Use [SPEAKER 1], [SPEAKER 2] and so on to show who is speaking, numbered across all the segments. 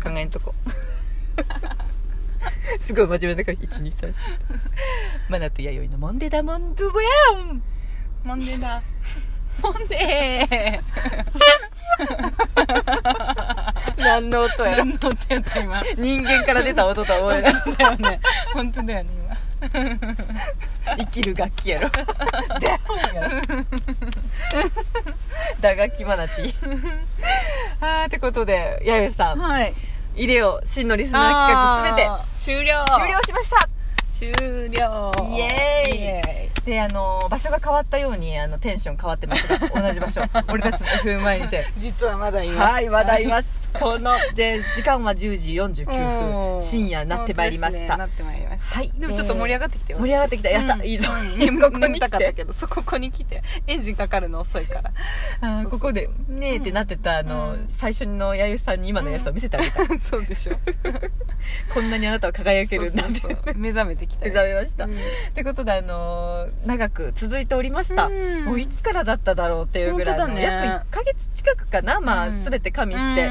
[SPEAKER 1] 考えんとこ すごい真面目な顔して1234マナと弥生のモンデダモンドゥブヤン
[SPEAKER 2] モンデだ モンデー
[SPEAKER 1] 何の音やろ
[SPEAKER 2] 何の音やった 今
[SPEAKER 1] 人間から出た音とは思えない
[SPEAKER 2] 本当だよね本当だよね
[SPEAKER 1] 生きる楽器やろダーンやろ 打楽器マナティーあーってことで弥生さ
[SPEAKER 2] 今
[SPEAKER 1] ん
[SPEAKER 2] はい
[SPEAKER 1] イデオ真のリスナー企画すべて
[SPEAKER 2] すべて終了
[SPEAKER 1] 終了しました
[SPEAKER 2] 終了
[SPEAKER 1] イエーイ
[SPEAKER 2] イエ
[SPEAKER 1] であの場所が変わったようにあのテンション変わってますが同じ場所 俺たちの F 前にて
[SPEAKER 2] ーイ実はまだいます
[SPEAKER 1] はいま だいますこので時間は10時49
[SPEAKER 2] うん
[SPEAKER 1] 分深夜になってまいりまし
[SPEAKER 2] 本当で
[SPEAKER 1] た
[SPEAKER 2] すねなってまいりました
[SPEAKER 1] はい
[SPEAKER 2] でもちょっと盛り上がってきてよ
[SPEAKER 1] 盛り上がってきたやった
[SPEAKER 2] うん
[SPEAKER 1] いいぞ
[SPEAKER 2] うん
[SPEAKER 1] ここ
[SPEAKER 2] 眠
[SPEAKER 1] に
[SPEAKER 2] た
[SPEAKER 1] 来
[SPEAKER 2] かった
[SPEAKER 1] て
[SPEAKER 2] けどそうここに来てエンジンかかるの遅いから
[SPEAKER 1] あーここでねえってなってたあの
[SPEAKER 2] うん
[SPEAKER 1] 最初の弥生さんに今の弥生さんを見せてあげた
[SPEAKER 2] そうでしょ
[SPEAKER 1] こんなにあなたは輝けるんだって
[SPEAKER 2] そうそうそう目覚めてき た
[SPEAKER 1] 目
[SPEAKER 2] よ
[SPEAKER 1] 覚めました、
[SPEAKER 2] う
[SPEAKER 1] っ
[SPEAKER 2] ん
[SPEAKER 1] てことであのー長く続いておりました、
[SPEAKER 2] うん
[SPEAKER 1] もういつからだっただろうっていうぐらいの、
[SPEAKER 2] 本当だね
[SPEAKER 1] 約1ヶ月近くかなまあ、
[SPEAKER 2] うん
[SPEAKER 1] 全て加味して、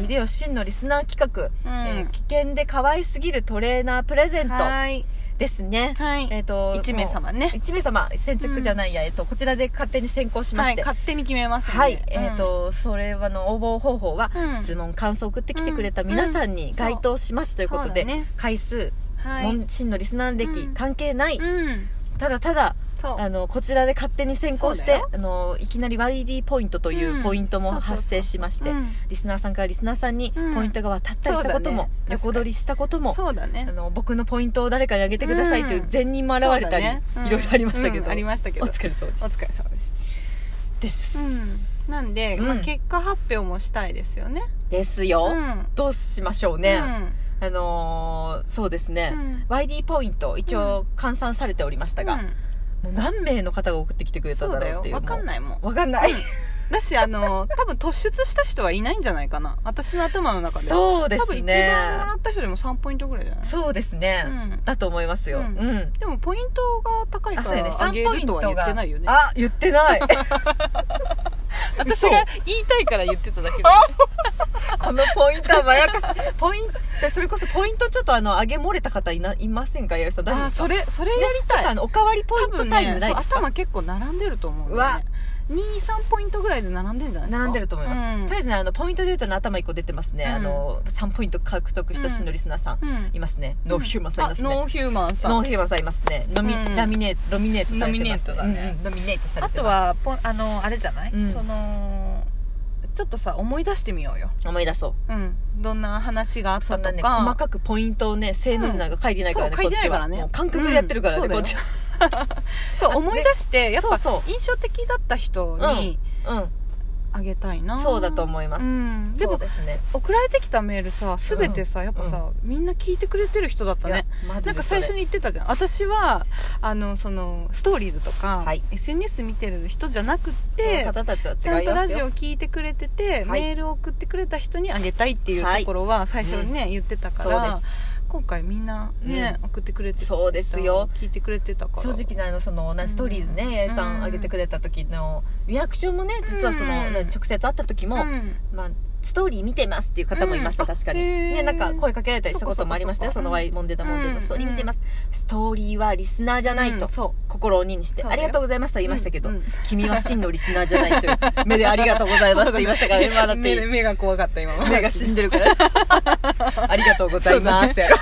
[SPEAKER 1] で秀吉真のリスナー企画、
[SPEAKER 2] うん
[SPEAKER 1] えー危険で可愛すぎるトレーナープレゼント
[SPEAKER 2] はい
[SPEAKER 1] ですね
[SPEAKER 2] はい
[SPEAKER 1] えっ、と
[SPEAKER 2] 一名様ね
[SPEAKER 1] 1名様先着じゃないや、えっとこちらで勝手に先行しま
[SPEAKER 2] は
[SPEAKER 1] し
[SPEAKER 2] い
[SPEAKER 1] て、
[SPEAKER 2] 勝手に決めますんで
[SPEAKER 1] はい、
[SPEAKER 2] うん
[SPEAKER 1] えっ、と、それはの応募方法は、
[SPEAKER 2] うん
[SPEAKER 1] 質問、感想を送ってきてくれた皆さん
[SPEAKER 2] うん
[SPEAKER 1] に該当しますということで、
[SPEAKER 2] そうだね
[SPEAKER 1] 回数、
[SPEAKER 2] はい
[SPEAKER 1] 門真のリスナー歴、
[SPEAKER 2] うん
[SPEAKER 1] 関係ない、
[SPEAKER 2] うん
[SPEAKER 1] ただただ、
[SPEAKER 2] そう
[SPEAKER 1] あの、こちらで勝手に先行し
[SPEAKER 2] そうだ
[SPEAKER 1] て
[SPEAKER 2] よ、
[SPEAKER 1] あの、いきなり YD ポイントというポイントも
[SPEAKER 2] うんそうそうそう
[SPEAKER 1] 発生しまして、
[SPEAKER 2] うん
[SPEAKER 1] リスナーさんからリスナーさんに
[SPEAKER 2] うん
[SPEAKER 1] ポイントが渡ったりしたことも、
[SPEAKER 2] そうだね確かに
[SPEAKER 1] 横取りしたことも、
[SPEAKER 2] そうだね
[SPEAKER 1] あの、僕のポイントを誰かにあげてくださいという善人も現れたり、
[SPEAKER 2] そうだねうん
[SPEAKER 1] いろいろありましたけど、
[SPEAKER 2] うんありましたけど
[SPEAKER 1] お疲れ様で
[SPEAKER 2] お
[SPEAKER 1] した。
[SPEAKER 2] 疲れ様でした
[SPEAKER 1] です。
[SPEAKER 2] なんで
[SPEAKER 1] うん
[SPEAKER 2] まあ結果発表もしたいですよね
[SPEAKER 1] ですよ。
[SPEAKER 2] うん
[SPEAKER 1] どうしましょうね。あのーそうですね、
[SPEAKER 2] うん
[SPEAKER 1] YD ポイント一応換算されておりましたが、
[SPEAKER 2] うん
[SPEAKER 1] もう何名の方が送ってきてくれた
[SPEAKER 2] そ
[SPEAKER 1] だ
[SPEAKER 2] うだ
[SPEAKER 1] ろう
[SPEAKER 2] よ
[SPEAKER 1] っていう
[SPEAKER 2] わかん
[SPEAKER 1] い
[SPEAKER 2] ないもん
[SPEAKER 1] わかんない
[SPEAKER 2] だしあの多分突出した人はいないんじゃないかな私の頭の中でう
[SPEAKER 1] そうで
[SPEAKER 2] 多分
[SPEAKER 1] す
[SPEAKER 2] 一
[SPEAKER 1] ね
[SPEAKER 2] 番もらった人でも3ポイントぐらいじゃない
[SPEAKER 1] そうですね、
[SPEAKER 2] うん
[SPEAKER 1] だと思いますよ、
[SPEAKER 2] う
[SPEAKER 1] うんん
[SPEAKER 2] でもポイントが高い
[SPEAKER 1] あ
[SPEAKER 2] か
[SPEAKER 1] そうやね
[SPEAKER 2] らあげ
[SPEAKER 1] 3ポイ
[SPEAKER 2] る
[SPEAKER 1] ン
[SPEAKER 2] と
[SPEAKER 1] トが
[SPEAKER 2] は言ってないよね
[SPEAKER 1] あ言ってない
[SPEAKER 2] 私
[SPEAKER 1] 嘘
[SPEAKER 2] が言いたいから言ってただけで
[SPEAKER 1] このポイントはまやかしポインじゃあそれこそポイントちょっとあの上げ漏れた方いないませんか八重さん大丈夫
[SPEAKER 2] あ
[SPEAKER 1] ですか
[SPEAKER 2] それそれやり
[SPEAKER 1] ちょったと
[SPEAKER 2] い
[SPEAKER 1] あのおかわりポイントタイム
[SPEAKER 2] 多分ね
[SPEAKER 1] ない
[SPEAKER 2] そ
[SPEAKER 1] うですか、
[SPEAKER 2] 頭結構並んでると思うんだよね23ポイントぐらいで並んでんじゃないですか
[SPEAKER 1] 並んでると思います、
[SPEAKER 2] うん
[SPEAKER 1] とりあえずねあのポイントで言うとね頭1個出てますね、
[SPEAKER 2] うん
[SPEAKER 1] あの3ポイント獲得した真のリスナーさん、
[SPEAKER 2] うん
[SPEAKER 1] いますねノーヒューマンさんいます
[SPEAKER 2] あノ
[SPEAKER 1] ね
[SPEAKER 2] ーヒューマンさ
[SPEAKER 1] ノー
[SPEAKER 2] ん
[SPEAKER 1] ヒューマンさんいますねノミ、
[SPEAKER 2] うん
[SPEAKER 1] ラミネートノミネートされてます
[SPEAKER 2] ノミネートだね
[SPEAKER 1] うんうんノミネートされ
[SPEAKER 2] あ
[SPEAKER 1] て
[SPEAKER 2] と
[SPEAKER 1] ま
[SPEAKER 2] はポあのあれじゃない、
[SPEAKER 1] うん
[SPEAKER 2] そのちょっとさ思い出してみようよ、
[SPEAKER 1] す思い出そう
[SPEAKER 2] うん、どんな話があった
[SPEAKER 1] そんな
[SPEAKER 2] と
[SPEAKER 1] ね
[SPEAKER 2] か
[SPEAKER 1] 細かくポイントをね正の字なんか書いてないからね、
[SPEAKER 2] そう書
[SPEAKER 1] こ
[SPEAKER 2] いて
[SPEAKER 1] っ
[SPEAKER 2] な
[SPEAKER 1] ち
[SPEAKER 2] いから
[SPEAKER 1] は
[SPEAKER 2] ね
[SPEAKER 1] もう感覚でやってるからね、
[SPEAKER 2] うん
[SPEAKER 1] こっちは
[SPEAKER 2] そう
[SPEAKER 1] あ
[SPEAKER 2] 思い出してやっぱ
[SPEAKER 1] そうそ
[SPEAKER 2] 印象的だった人に
[SPEAKER 1] う
[SPEAKER 2] あげたいな、
[SPEAKER 1] んそうだと思います、
[SPEAKER 2] うん、で
[SPEAKER 1] そう
[SPEAKER 2] も
[SPEAKER 1] ですね
[SPEAKER 2] 送られてきたメールさ全てさやっぱさ、みんな聞いてくれてる人だった
[SPEAKER 1] いや
[SPEAKER 2] ね
[SPEAKER 1] マジで
[SPEAKER 2] なんか最初
[SPEAKER 1] そ
[SPEAKER 2] に
[SPEAKER 1] れ
[SPEAKER 2] 言ってたじゃん私はあのそのストーリーズとか、
[SPEAKER 1] はい
[SPEAKER 2] SNS 見てる人じゃなく
[SPEAKER 1] その
[SPEAKER 2] て
[SPEAKER 1] 方たちは違います
[SPEAKER 2] ち
[SPEAKER 1] よ
[SPEAKER 2] ゃんとラジオ聞いてくれてて、
[SPEAKER 1] はい
[SPEAKER 2] メールを送ってくれた人にあげたいっていうところは最初にね、言ってたか
[SPEAKER 1] そう
[SPEAKER 2] ら
[SPEAKER 1] です
[SPEAKER 2] 今回みんなね、送ってくれてた
[SPEAKER 1] そうですよ
[SPEAKER 2] 聞いてくれてたから
[SPEAKER 1] 正直なあのそのな
[SPEAKER 2] うん
[SPEAKER 1] ストーリーズね、八重さ
[SPEAKER 2] うん
[SPEAKER 1] ん上げてくれた時のリアクションもね実はその、
[SPEAKER 2] うん
[SPEAKER 1] な直接会った時も、
[SPEAKER 2] うん
[SPEAKER 1] まあ、ストーリー見てますっていう方もいました、
[SPEAKER 2] うん
[SPEAKER 1] 確かに、
[SPEAKER 2] あへー
[SPEAKER 1] ね、なんか声かけられたりしたこともありましたよ
[SPEAKER 2] そ
[SPEAKER 1] そ
[SPEAKER 2] っ
[SPEAKER 1] の
[SPEAKER 2] かそっかそっか
[SPEAKER 1] 「ワイモンデーだモンデー
[SPEAKER 2] う
[SPEAKER 1] の
[SPEAKER 2] ん
[SPEAKER 1] ストーリー見てます、ストーリーはリスナーじゃないと、
[SPEAKER 2] うんそう
[SPEAKER 1] 心を鬼にして
[SPEAKER 2] そう
[SPEAKER 1] あ
[SPEAKER 2] だ
[SPEAKER 1] り
[SPEAKER 2] よ
[SPEAKER 1] がとうございますとは言いましたけど、
[SPEAKER 2] うんうん
[SPEAKER 1] 君は真のリスナーじゃないという目でありがとうございますって言いましたからね、今だっ
[SPEAKER 2] 目
[SPEAKER 1] て
[SPEAKER 2] 目が怖かった今
[SPEAKER 1] 目が死んでるから ありがとうございますやろ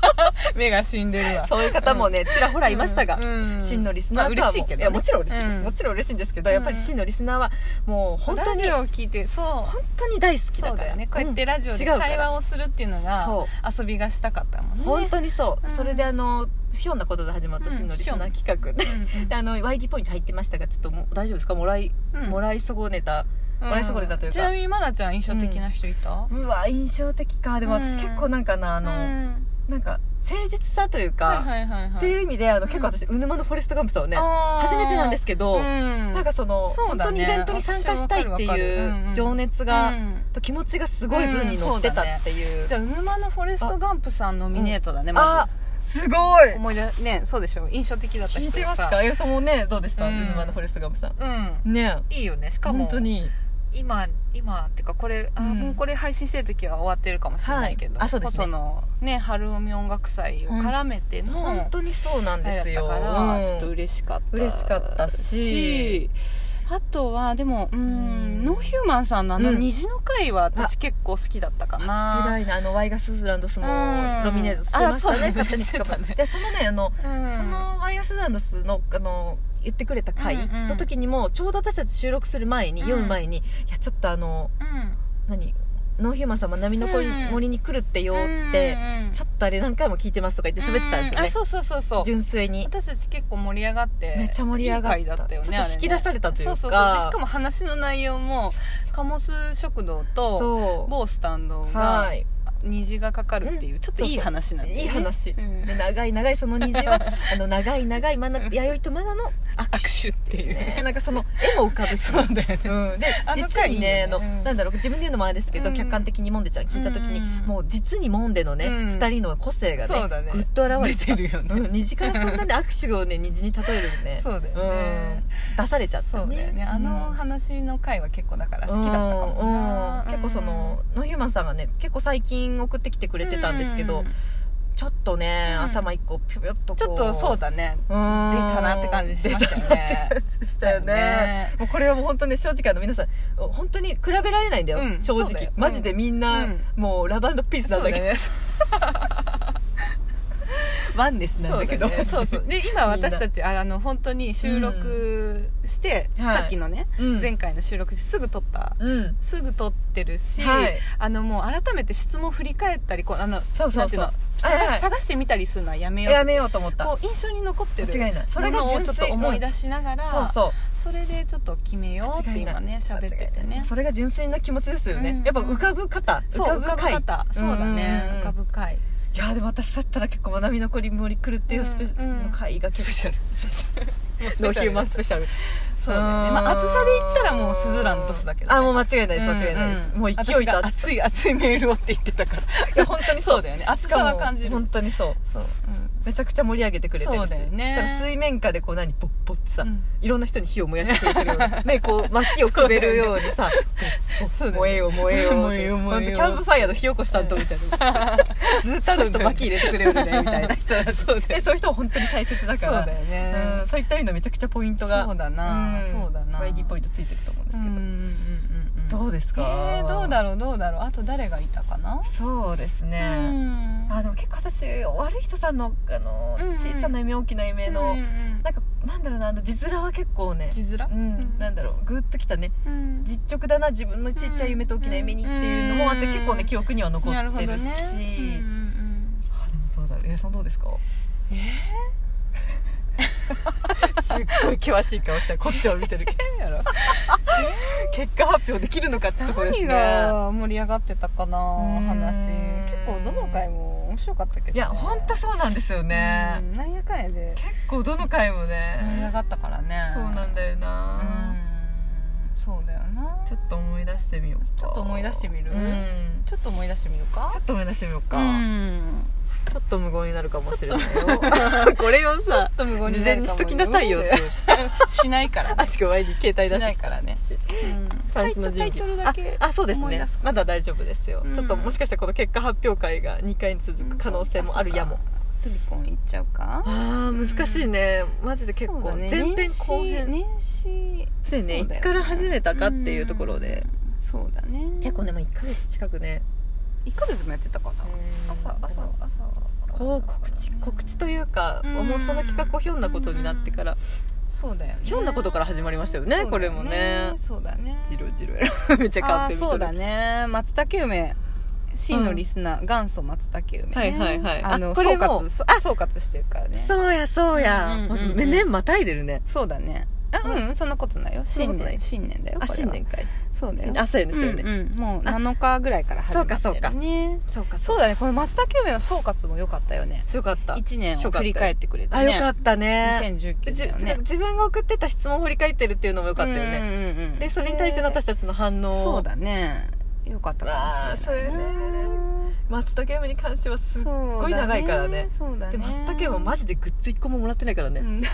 [SPEAKER 2] 目が死んでるわ
[SPEAKER 1] そういう方もね、ちらほらいましたが、
[SPEAKER 2] うんうん
[SPEAKER 1] 真のリスナーとはもう、
[SPEAKER 2] まあ嬉しいけどね
[SPEAKER 1] や、もちろん嬉しいです、
[SPEAKER 2] うん
[SPEAKER 1] もちろん嬉しいんですけど、やっぱり真のリスナーは、もう本当に、
[SPEAKER 2] ラジオ
[SPEAKER 1] 本
[SPEAKER 2] を聞いてそう
[SPEAKER 1] 当に大好きだ
[SPEAKER 2] そ
[SPEAKER 1] から。
[SPEAKER 2] うだよねこうやってラジオで
[SPEAKER 1] うん違う
[SPEAKER 2] 会
[SPEAKER 1] から
[SPEAKER 2] 話をするっていうのが
[SPEAKER 1] そ
[SPEAKER 2] 遊びがしたかったもんね
[SPEAKER 1] 本当にそう、
[SPEAKER 2] うん
[SPEAKER 1] それであのひょんなことで始まった真のリスナー企画 で、
[SPEAKER 2] うん
[SPEAKER 1] であの YD ポイント入ってましたがちょっともう大丈夫ですかもらい、
[SPEAKER 2] うん
[SPEAKER 1] もらい損ねた
[SPEAKER 2] うん
[SPEAKER 1] もらい損ねたという
[SPEAKER 2] ちな
[SPEAKER 1] か、
[SPEAKER 2] みにまなちゃん印象的な人いた
[SPEAKER 1] うわ印象的かでも
[SPEAKER 2] う
[SPEAKER 1] 私
[SPEAKER 2] ん
[SPEAKER 1] 結構なんかなあ
[SPEAKER 2] あ
[SPEAKER 1] の、なんか誠実さというか、
[SPEAKER 2] はいはいはいはい
[SPEAKER 1] っていう意味であの
[SPEAKER 2] ん
[SPEAKER 1] 結構私、うぬまのフォレストガンプさんをね
[SPEAKER 2] あー
[SPEAKER 1] 初めてなんですけど、
[SPEAKER 2] うん
[SPEAKER 1] なんかその
[SPEAKER 2] そう
[SPEAKER 1] 本
[SPEAKER 2] だ
[SPEAKER 1] 当
[SPEAKER 2] ね
[SPEAKER 1] にイベントに参加したいって
[SPEAKER 2] 私わかるわかるうん
[SPEAKER 1] いううん情熱が、
[SPEAKER 2] うん
[SPEAKER 1] と気持ちがすごい分に乗ってたっていう,、
[SPEAKER 2] じゃあうぬまのフォレストガンプさんノミネートだねま
[SPEAKER 1] あすごい
[SPEAKER 2] ず思い出ねそうでしょ印象的だった
[SPEAKER 1] 聞
[SPEAKER 2] 人
[SPEAKER 1] いて
[SPEAKER 2] で
[SPEAKER 1] ます
[SPEAKER 2] さ
[SPEAKER 1] かあやさんもねどうでした、
[SPEAKER 2] う
[SPEAKER 1] うんぬまのフォレストガンプさん
[SPEAKER 2] うん
[SPEAKER 1] ねえ
[SPEAKER 2] いいよねしかも
[SPEAKER 1] 本当に
[SPEAKER 2] 今今ってかこれ、あー
[SPEAKER 1] うん
[SPEAKER 2] もうこれ配信してる時は終わってるかもしれないけど、
[SPEAKER 1] はいあそうですね
[SPEAKER 2] このね春海音楽祭を絡めての、
[SPEAKER 1] 本当にそうなん
[SPEAKER 2] あ
[SPEAKER 1] で
[SPEAKER 2] れ
[SPEAKER 1] す
[SPEAKER 2] だった
[SPEAKER 1] よ
[SPEAKER 2] から、ちょっと
[SPEAKER 1] うん
[SPEAKER 2] 嬉しかった
[SPEAKER 1] 嬉しかったし
[SPEAKER 2] あとはでもうん、
[SPEAKER 1] ん
[SPEAKER 2] ノーヒューマンさんのあの
[SPEAKER 1] うん
[SPEAKER 2] 虹の回は私結構好きだったかな、
[SPEAKER 1] 間違いないあのワイガ・スズランドスも
[SPEAKER 2] うん
[SPEAKER 1] ノミネートしてました
[SPEAKER 2] あそう
[SPEAKER 1] ね勝手に
[SPEAKER 2] して
[SPEAKER 1] 捕
[SPEAKER 2] た
[SPEAKER 1] ま
[SPEAKER 2] ね
[SPEAKER 1] ってでそのねあの、
[SPEAKER 2] うん
[SPEAKER 1] そのワイガ・スズランドスのあの言ってくれた回
[SPEAKER 2] うんうん
[SPEAKER 1] の時にも、ちょうど私たち収録する前に、
[SPEAKER 2] うん
[SPEAKER 1] 読む前にいやちょっとあの
[SPEAKER 2] うん
[SPEAKER 1] 何ノーヒューマンさんも波の森,、
[SPEAKER 2] うん
[SPEAKER 1] 森に来るってよって、
[SPEAKER 2] うんうん
[SPEAKER 1] ちょっとあれ何回も聞いてますとか言って喋ってたんですよ
[SPEAKER 2] う
[SPEAKER 1] ね
[SPEAKER 2] あ、そうそうそうそう
[SPEAKER 1] 純粋に
[SPEAKER 2] 私たち結構盛り上がって
[SPEAKER 1] めっちゃ盛り上がった
[SPEAKER 2] いい回だったよね
[SPEAKER 1] ちょっと引き出されたというか
[SPEAKER 2] あれねそうそうそうでしかも話の内容も貨物食堂と
[SPEAKER 1] そう
[SPEAKER 2] 某スタンドが
[SPEAKER 1] はい
[SPEAKER 2] 虹がかかるっていう、ちょっといい話なんで、ね、
[SPEAKER 1] いい話、
[SPEAKER 2] うん
[SPEAKER 1] で長い長いその虹 はあの長い長いマナ弥生とマナの
[SPEAKER 2] 握手っていう
[SPEAKER 1] ねなんかその絵も浮かぶし
[SPEAKER 2] そうだよね
[SPEAKER 1] うん、で
[SPEAKER 2] あの
[SPEAKER 1] 実はいね
[SPEAKER 2] いね
[SPEAKER 1] あの、
[SPEAKER 2] うん
[SPEAKER 1] なんだろう自分で言うのもあれですけど、
[SPEAKER 2] うん
[SPEAKER 1] 客観的にモンデちゃん聞いた時に、
[SPEAKER 2] うん
[SPEAKER 1] もう実にモンデのね、
[SPEAKER 2] う
[SPEAKER 1] 二
[SPEAKER 2] ん
[SPEAKER 1] 人の個性が
[SPEAKER 2] そうだ
[SPEAKER 1] ね
[SPEAKER 2] ね
[SPEAKER 1] ぐっと現れて
[SPEAKER 2] 出てるよね
[SPEAKER 1] うん虹からそんな ね握手をね虹に例えるのね
[SPEAKER 2] そうだよね
[SPEAKER 1] うん、出されちゃった
[SPEAKER 2] そうだよねあの話の回は結構だから好きだったかもな、
[SPEAKER 1] うんうん結構そのノーヒューマンさんがね結構最近送ってきてく
[SPEAKER 2] く
[SPEAKER 1] れてたんですけど、ちょっとね、
[SPEAKER 2] うん
[SPEAKER 1] 頭一個ピョピョっとこう
[SPEAKER 2] ちょっとそうだね
[SPEAKER 1] 出た
[SPEAKER 2] 出たなって感じしましたよ
[SPEAKER 1] 出た
[SPEAKER 2] ね
[SPEAKER 1] なって感じしたよねもうこれはもう本当ね正直あの皆さん本当に比べられないんだよ、
[SPEAKER 2] うん
[SPEAKER 1] 正
[SPEAKER 2] そうだ
[SPEAKER 1] 直
[SPEAKER 2] よ
[SPEAKER 1] マジでみんな、
[SPEAKER 2] うん
[SPEAKER 1] もうラブピースな
[SPEAKER 2] そうんだ
[SPEAKER 1] だけど、
[SPEAKER 2] ね
[SPEAKER 1] ワンネスなんだけど
[SPEAKER 2] そうだねそうそうで今私たちああの本当に収録して、
[SPEAKER 1] うんはい
[SPEAKER 2] さっきのね、
[SPEAKER 1] うん
[SPEAKER 2] 前回の収録してすぐ撮った
[SPEAKER 1] うん
[SPEAKER 2] すぐ撮ってるし、
[SPEAKER 1] はい
[SPEAKER 2] あのもう改めて質問振り返ったりこうあの
[SPEAKER 1] そうそうそう
[SPEAKER 2] なんていうの
[SPEAKER 1] はいは
[SPEAKER 2] 探
[SPEAKER 1] い
[SPEAKER 2] し探してみたりするのはやめよう
[SPEAKER 1] やめようと思った
[SPEAKER 2] こう印象に残ってる
[SPEAKER 1] 間違いないそれが
[SPEAKER 2] ものを
[SPEAKER 1] 純
[SPEAKER 2] ちょ
[SPEAKER 1] 粋
[SPEAKER 2] っと思い出しながら、
[SPEAKER 1] そうそう
[SPEAKER 2] それでちょっと決めようって今ね喋っててね
[SPEAKER 1] それが純粋な気持ちですよね、
[SPEAKER 2] うん
[SPEAKER 1] やっぱ浮かぶ方
[SPEAKER 2] そう浮かぶ
[SPEAKER 1] 回
[SPEAKER 2] 方そうだね
[SPEAKER 1] ん
[SPEAKER 2] 浮かぶ回
[SPEAKER 1] いやでも私だったら結構「まなみのこり森来る」っていうスペシ
[SPEAKER 2] うんうん
[SPEAKER 1] の回が結構
[SPEAKER 2] シャル
[SPEAKER 1] ノーヒューマンスペシャル
[SPEAKER 2] そうだよねまあ厚さで言ったらもうスズランドスだけどね
[SPEAKER 1] あもう間違いないです間違いないです、もう勢いと
[SPEAKER 2] だ
[SPEAKER 1] 熱さ
[SPEAKER 2] 熱い熱いメールをって言ってたから
[SPEAKER 1] いや本当にそう
[SPEAKER 2] そうだよね熱さは感じ
[SPEAKER 1] しかも
[SPEAKER 2] る
[SPEAKER 1] 本当にそう
[SPEAKER 2] そう
[SPEAKER 1] めちゃくちゃ盛り上げてくれてるし
[SPEAKER 2] そうだよね
[SPEAKER 1] ただ水面下でこう何ボッボッってさ、
[SPEAKER 2] うん
[SPEAKER 1] いろんな人に火を燃やしてくれてるよう にねこう薪をくべるようにさこう
[SPEAKER 2] そうだよね
[SPEAKER 1] 燃えよ燃えよって
[SPEAKER 2] 燃えよ燃
[SPEAKER 1] ほ
[SPEAKER 2] えよ
[SPEAKER 1] んとキャンプファイヤーの火起こしたんとみたい なずっとあの人薪入れてくれるねみたいな人だし
[SPEAKER 2] そうだよね
[SPEAKER 1] でそういう人は本当に大切だ
[SPEAKER 2] そ
[SPEAKER 1] か
[SPEAKER 2] う
[SPEAKER 1] ら
[SPEAKER 2] だよね
[SPEAKER 1] うん、そういった意味のめちゃくちゃポイントが
[SPEAKER 2] そうだなそうだな
[SPEAKER 1] YD ポイントついてると思うんです
[SPEAKER 2] う
[SPEAKER 1] け
[SPEAKER 2] ん
[SPEAKER 1] ど、
[SPEAKER 2] うんうんうん
[SPEAKER 1] どうですか
[SPEAKER 2] えーどうだろうどうだろうあと誰がいたかな
[SPEAKER 1] そうです
[SPEAKER 2] う
[SPEAKER 1] ね、
[SPEAKER 2] ん
[SPEAKER 1] あでも結構私悪い人さんのあの、
[SPEAKER 2] うんうん
[SPEAKER 1] 小さな夢大きな夢の、
[SPEAKER 2] うんうん
[SPEAKER 1] なんかなんだろうなあの字面は結構ね
[SPEAKER 2] 字面
[SPEAKER 1] うん、なんだろうグッときたね
[SPEAKER 2] うん
[SPEAKER 1] 実直だな自分のちっちゃい夢と大きな夢にっていうのもあって
[SPEAKER 2] うん
[SPEAKER 1] 結構ね記憶には残
[SPEAKER 2] なる
[SPEAKER 1] っ
[SPEAKER 2] ほ
[SPEAKER 1] て
[SPEAKER 2] ど
[SPEAKER 1] るし
[SPEAKER 2] ねうんうん
[SPEAKER 1] あでもそうだ上さんどうですか
[SPEAKER 2] うんえ
[SPEAKER 1] すっごい険しい顔してこっちを見てるけど
[SPEAKER 2] ーやろ
[SPEAKER 1] 結果発表できるのかってとこですね
[SPEAKER 2] 何が盛り上がってたかな
[SPEAKER 1] うん
[SPEAKER 2] 話結構どの回も面白かったけど、ね、
[SPEAKER 1] いや本当そうなんですよね、
[SPEAKER 2] うんなんやかんやで
[SPEAKER 1] 結構どの回も
[SPEAKER 2] 盛り上
[SPEAKER 1] ね
[SPEAKER 2] がったからね
[SPEAKER 1] そうなんだよな、
[SPEAKER 2] うんそうだよな
[SPEAKER 1] ちょっと思い出してみようか
[SPEAKER 2] ちょっと思い出してみる
[SPEAKER 1] うん
[SPEAKER 2] ちょっと思い出してみるか
[SPEAKER 1] ちょっと思い出してみようか、
[SPEAKER 2] うん
[SPEAKER 1] ちょっと無言になるかもしれないよ これを
[SPEAKER 2] ちょ
[SPEAKER 1] さ
[SPEAKER 2] っと無言
[SPEAKER 1] 事
[SPEAKER 2] な
[SPEAKER 1] 前
[SPEAKER 2] るかも
[SPEAKER 1] にしときなさいよって
[SPEAKER 2] しないからね
[SPEAKER 1] あしかも前に携帯出
[SPEAKER 2] し
[SPEAKER 1] し
[SPEAKER 2] な
[SPEAKER 1] て
[SPEAKER 2] い
[SPEAKER 1] き
[SPEAKER 2] か
[SPEAKER 1] た
[SPEAKER 2] らね、
[SPEAKER 1] 最初の
[SPEAKER 2] タイ
[SPEAKER 1] 準
[SPEAKER 2] ト
[SPEAKER 1] 備
[SPEAKER 2] ルだけ
[SPEAKER 1] ああそうです
[SPEAKER 2] 思い
[SPEAKER 1] ね
[SPEAKER 2] 出す
[SPEAKER 1] まだ大丈夫ですよ、
[SPEAKER 2] うん
[SPEAKER 1] ちょっともしかしたらこの結果発表会が2回に続く可能性もあるやも、
[SPEAKER 2] トリコン行っちゃうか
[SPEAKER 1] あー難しいねマジで結
[SPEAKER 2] そうだ
[SPEAKER 1] 構、
[SPEAKER 2] ね
[SPEAKER 1] 前編後編
[SPEAKER 2] 年始
[SPEAKER 1] そうよね
[SPEAKER 2] だよ
[SPEAKER 1] いつから始めたかっていうところで
[SPEAKER 2] うんそうだね
[SPEAKER 1] 結構ねもう1ヶ月近くね
[SPEAKER 2] 1ヶ月もやってたかな朝朝朝
[SPEAKER 1] こう告知告知というか、
[SPEAKER 2] うん
[SPEAKER 1] もうその企画をひょんなことになってから、
[SPEAKER 2] そうだよね
[SPEAKER 1] ひょんなことから始まりましたよね
[SPEAKER 2] そうだ
[SPEAKER 1] これもね
[SPEAKER 2] そうだね
[SPEAKER 1] ジロジロや ろめっちゃ変わ
[SPEAKER 2] あ
[SPEAKER 1] って
[SPEAKER 2] ー
[SPEAKER 1] る
[SPEAKER 2] そうだね松茸梅真のリスナー、元祖松茸梅、ね、
[SPEAKER 1] はいはいはい
[SPEAKER 2] あの
[SPEAKER 1] あこ
[SPEAKER 2] 総
[SPEAKER 1] れも
[SPEAKER 2] 括そあ総括してるからねそう
[SPEAKER 1] そうやそうや、
[SPEAKER 2] うんうんうんうん
[SPEAKER 1] もう年またいでるね
[SPEAKER 2] だねあうん、そんなことないよ
[SPEAKER 1] そんな
[SPEAKER 2] 新
[SPEAKER 1] ことない
[SPEAKER 2] 年新年だよ
[SPEAKER 1] あ
[SPEAKER 2] これ
[SPEAKER 1] 新
[SPEAKER 2] は
[SPEAKER 1] 年会
[SPEAKER 2] そうだよ
[SPEAKER 1] あそうやねそうやね、
[SPEAKER 2] うんうんもう7日ぐらいから始まってるね
[SPEAKER 1] そうかそうかそうか
[SPEAKER 2] そう
[SPEAKER 1] だ
[SPEAKER 2] だねこれ松茸梅の総括も良かったよね
[SPEAKER 1] よかった
[SPEAKER 2] 1年を振り返ってくれて
[SPEAKER 1] あ
[SPEAKER 2] ね
[SPEAKER 1] よかったね
[SPEAKER 2] 2019
[SPEAKER 1] じ
[SPEAKER 2] だよね
[SPEAKER 1] 自分が送ってた質問を振り返ってるっていうのもよかったよね、
[SPEAKER 2] うんうんうん
[SPEAKER 1] でそれに対しての私たちの反応
[SPEAKER 2] そうだねよかったかもしれないな
[SPEAKER 1] わ松茸夢に関してはすっごい長いからね
[SPEAKER 2] そうだね
[SPEAKER 1] で松茸もマ
[SPEAKER 2] ジ
[SPEAKER 1] ジでグッズ1個ももらってないからね、
[SPEAKER 2] ね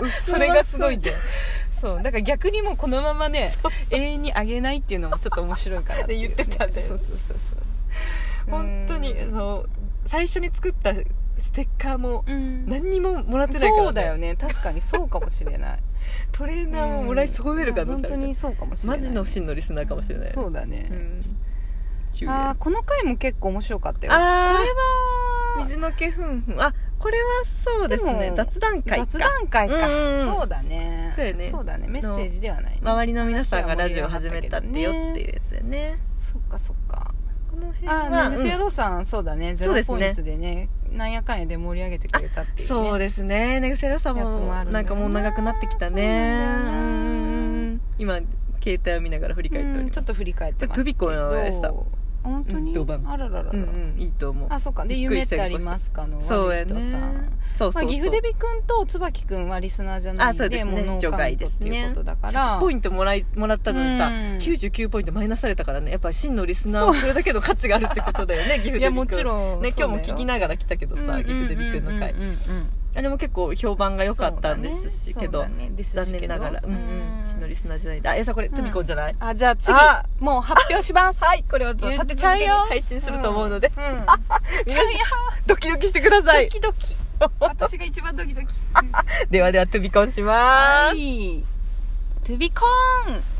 [SPEAKER 1] うっすら
[SPEAKER 2] それがすごいんだよ そうだから逆にもうこのままね永遠にあげないっていうのもちょっと面白いかなっていう、
[SPEAKER 1] ね言ってたんだよ
[SPEAKER 2] そうそうそうそう
[SPEAKER 1] 本当にあ
[SPEAKER 2] うん
[SPEAKER 1] の最初に作ったステッカーも
[SPEAKER 2] うん
[SPEAKER 1] 何にももらってないから、
[SPEAKER 2] そうだよね確かにそうかもしれ ない
[SPEAKER 1] トレーナーをもらい損ねるから、
[SPEAKER 2] うん本当にそうかもしれな
[SPEAKER 1] マ
[SPEAKER 2] い
[SPEAKER 1] ジの真のリスナーかもしれない
[SPEAKER 2] そうだ
[SPEAKER 1] う
[SPEAKER 2] ね、
[SPEAKER 1] ん注意
[SPEAKER 2] ああこの回も結構面白かったよ
[SPEAKER 1] あー
[SPEAKER 2] これは
[SPEAKER 1] 水の気ふんふんあこれはそうです
[SPEAKER 2] で
[SPEAKER 1] ね
[SPEAKER 2] も
[SPEAKER 1] 雑談会か
[SPEAKER 2] 雑談会か、
[SPEAKER 1] うんうん
[SPEAKER 2] そうだね
[SPEAKER 1] そうよね
[SPEAKER 2] だねメッセージではない、ね、
[SPEAKER 1] 周りの皆さんがラジオ始めたってよっていうやつだよね
[SPEAKER 2] そっかそっか
[SPEAKER 1] この辺
[SPEAKER 2] あ
[SPEAKER 1] は
[SPEAKER 2] あ
[SPEAKER 1] うん
[SPEAKER 2] セアロさんそうだねゼ
[SPEAKER 1] そう
[SPEAKER 2] ロ
[SPEAKER 1] です
[SPEAKER 2] ポ
[SPEAKER 1] ね
[SPEAKER 2] イントでねなんやかんやで盛り上げてくれたっていうね
[SPEAKER 1] そうですねネグセラさん
[SPEAKER 2] やつ
[SPEAKER 1] も
[SPEAKER 2] もあるんだ
[SPEAKER 1] なんかもう長くなってきたね
[SPEAKER 2] そうなんだよな
[SPEAKER 1] うんうんうん今携帯を見ながら振り返っており
[SPEAKER 2] うん
[SPEAKER 1] ます
[SPEAKER 2] ちょっと振り返ってますけど
[SPEAKER 1] トビコのやつだ
[SPEAKER 2] 本当
[SPEAKER 1] う
[SPEAKER 2] に
[SPEAKER 1] んドバン
[SPEAKER 2] あらららら、
[SPEAKER 1] うんうんいいと思う
[SPEAKER 2] あそうかで
[SPEAKER 1] びっくり
[SPEAKER 2] 夢っ
[SPEAKER 1] した
[SPEAKER 2] てありますかの
[SPEAKER 1] そう
[SPEAKER 2] ワ
[SPEAKER 1] や
[SPEAKER 2] リ
[SPEAKER 1] ね
[SPEAKER 2] 人さん
[SPEAKER 1] そう
[SPEAKER 2] ま
[SPEAKER 1] そ
[SPEAKER 2] あ、
[SPEAKER 1] うそう
[SPEAKER 2] 岐阜デビ君と椿君はリスナーじゃない
[SPEAKER 1] あそ
[SPEAKER 2] ん
[SPEAKER 1] う
[SPEAKER 2] で
[SPEAKER 1] ですね
[SPEAKER 2] もうノー
[SPEAKER 1] 除
[SPEAKER 2] カウ
[SPEAKER 1] 外
[SPEAKER 2] ント
[SPEAKER 1] で
[SPEAKER 2] っ
[SPEAKER 1] す
[SPEAKER 2] て
[SPEAKER 1] ね
[SPEAKER 2] いうことだから
[SPEAKER 1] 100ポイントもらいもらったのにさ、
[SPEAKER 2] うん
[SPEAKER 1] 99ポイントマイナスされたからねやっぱ真のリスナーはそれだけの価値があるってことだよ ね岐阜デビ君
[SPEAKER 2] いやもちろん
[SPEAKER 1] ね、今日も聞き
[SPEAKER 2] い
[SPEAKER 1] ながら来たけどさ、岐阜デビ君の回、あれも結構評判が良かったんですし、けど、残念ながら、うんうん、真のリスナーじゃないんだ。あ、え、さ、これ、トミコンじゃない、
[SPEAKER 2] あじゃあ次
[SPEAKER 1] あ
[SPEAKER 2] もう発表します
[SPEAKER 1] はい、これは立て
[SPEAKER 2] 言っ
[SPEAKER 1] 続
[SPEAKER 2] ちゃ
[SPEAKER 1] け
[SPEAKER 2] う
[SPEAKER 1] に
[SPEAKER 2] よ
[SPEAKER 1] 配信すると思うの で、
[SPEAKER 2] うんうん
[SPEAKER 1] 皆
[SPEAKER 2] ち
[SPEAKER 1] さ
[SPEAKER 2] ゃ
[SPEAKER 1] ん
[SPEAKER 2] うよ
[SPEAKER 1] ドキドキしてください
[SPEAKER 2] ド。キドキ私が一番ドキドキ
[SPEAKER 1] ではでは、トミコンします。
[SPEAKER 2] はいトゥビコーン